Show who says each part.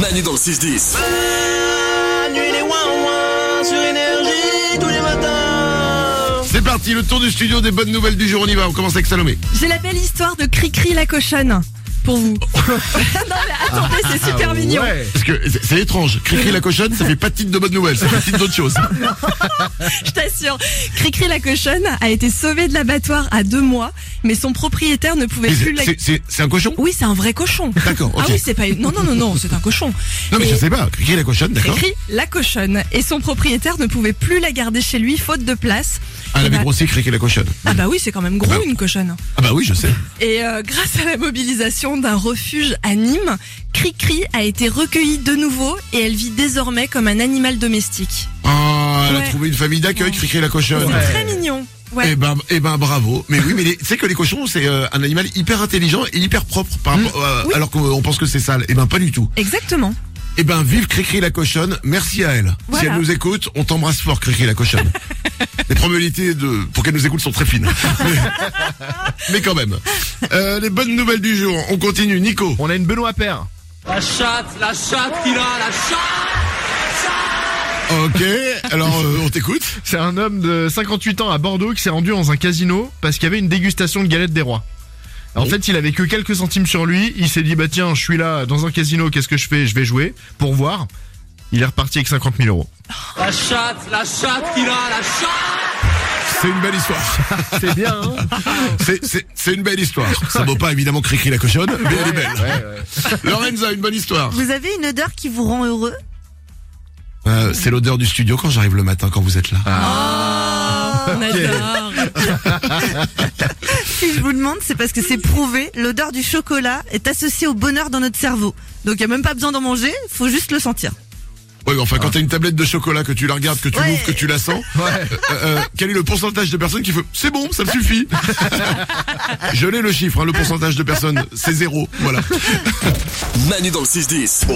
Speaker 1: Manu dans le 6-10.
Speaker 2: Manu les ouin-ouin sur énergie tous les matins.
Speaker 3: C'est parti, le tour du studio des bonnes nouvelles du jour. On y va, on commence avec Salomé.
Speaker 4: J'ai la belle histoire de Cricri la cochonne pour vous. non mais attendez,
Speaker 3: Ah,
Speaker 4: c'est super mignon.
Speaker 3: Parce que c'est- c'est étrange. Cricri la cochonne, ça fait pas de titre de bonnes nouvelles, ça fait titre d'autre chose.
Speaker 4: Je t'assure, Cricri la cochonne a été sauvée de l'abattoir à deux mois, mais son propriétaire ne pouvait
Speaker 3: Mais
Speaker 4: plus
Speaker 3: c'est-
Speaker 4: la.
Speaker 3: c'est- C'est c'est un cochon
Speaker 4: Oui, c'est un vrai cochon.
Speaker 3: D'accord, ok.
Speaker 4: Ah oui, c'est pas une. Non, non, non, non, c'est un cochon.
Speaker 3: Non mais
Speaker 4: Et-
Speaker 3: je sais pas, Cricri la cochonne, d'accord
Speaker 4: Cricri la cochonne et son propriétaire ne pouvait plus la garder chez lui faute de place.
Speaker 3: Ah, Elle
Speaker 4: Et
Speaker 3: avait
Speaker 4: bah-
Speaker 3: grossi Cricri la cochonne.
Speaker 4: Ah bah oui, c'est quand même gros
Speaker 3: Ah.
Speaker 4: une cochonne.
Speaker 3: Ah bah oui, je sais.
Speaker 4: Et euh, grâce à la mobilisation d'un refuge à Nîmes, Cricri a été recueillie de nouveau et elle vit désormais comme un animal domestique.
Speaker 3: Ah, elle a
Speaker 4: Ouais.
Speaker 3: trouvé une famille d'accueil, Cricri la cochonne.
Speaker 4: C'est très mignon. Ouais.
Speaker 3: Eh ben, eh ben, bravo. Mais oui, mais les- tu sais que les cochons, c'est euh, un animal hyper intelligent et hyper propre, par rapport, euh,
Speaker 4: Oui.
Speaker 3: alors qu'on pense que c'est sale. Eh ben, pas du tout.
Speaker 4: Exactement.
Speaker 3: Eh ben, vive Cricri la cochonne. Merci à elle. Si
Speaker 4: Voilà.
Speaker 3: elle nous écoute, on t'embrasse fort, Cricri la cochonne. les probabilités de, pour qu'elle nous écoute sont très fines. Mais- Mais quand même. Euh, les bonnes nouvelles du jour. On continue. Nico.
Speaker 5: On a une Benoît Père.
Speaker 2: La chatte, la chatte qu'il a, la chatte.
Speaker 3: Ok. Alors, euh, on t'écoute.
Speaker 5: C'est un homme de 58 ans à Bordeaux qui s'est rendu dans un casino parce qu'il y avait une dégustation de galettes des rois. En fait, il avait que quelques centimes sur lui. Il s'est dit, bah tiens, je suis là dans un casino, qu'est-ce que je fais Je vais jouer pour voir. Il est reparti avec 50 000 euros.
Speaker 2: La chatte, la chatte qu'il a, la chatte.
Speaker 3: C'est une belle histoire.
Speaker 5: C'est bien, hein
Speaker 3: C'est- C'est c'est une belle histoire. Ça vaut pas évidemment Cricri la cochonne, mais elle est belle. Lorenza, une bonne histoire.
Speaker 6: Vous avez une odeur qui vous rend heureux
Speaker 3: Euh, c'est l'odeur du studio quand j'arrive le matin, quand vous êtes là.
Speaker 4: On adore.
Speaker 6: Si je vous demande, c'est parce que c'est prouvé, l'odeur du chocolat est associée au bonheur dans notre cerveau. Donc il n'y a même pas besoin d'en manger, faut juste le sentir.
Speaker 3: Oui, mais enfin, quand t'as une tablette de chocolat, que tu la regardes, que tu
Speaker 6: Ouais.
Speaker 3: l'ouvres, que tu la sens, euh, euh, quel est le pourcentage de personnes qui font « c'est bon, ça me suffit ». Je l'ai le chiffre, hein, le pourcentage de personnes, c'est zéro, voilà.
Speaker 1: Manu dans le 6-10.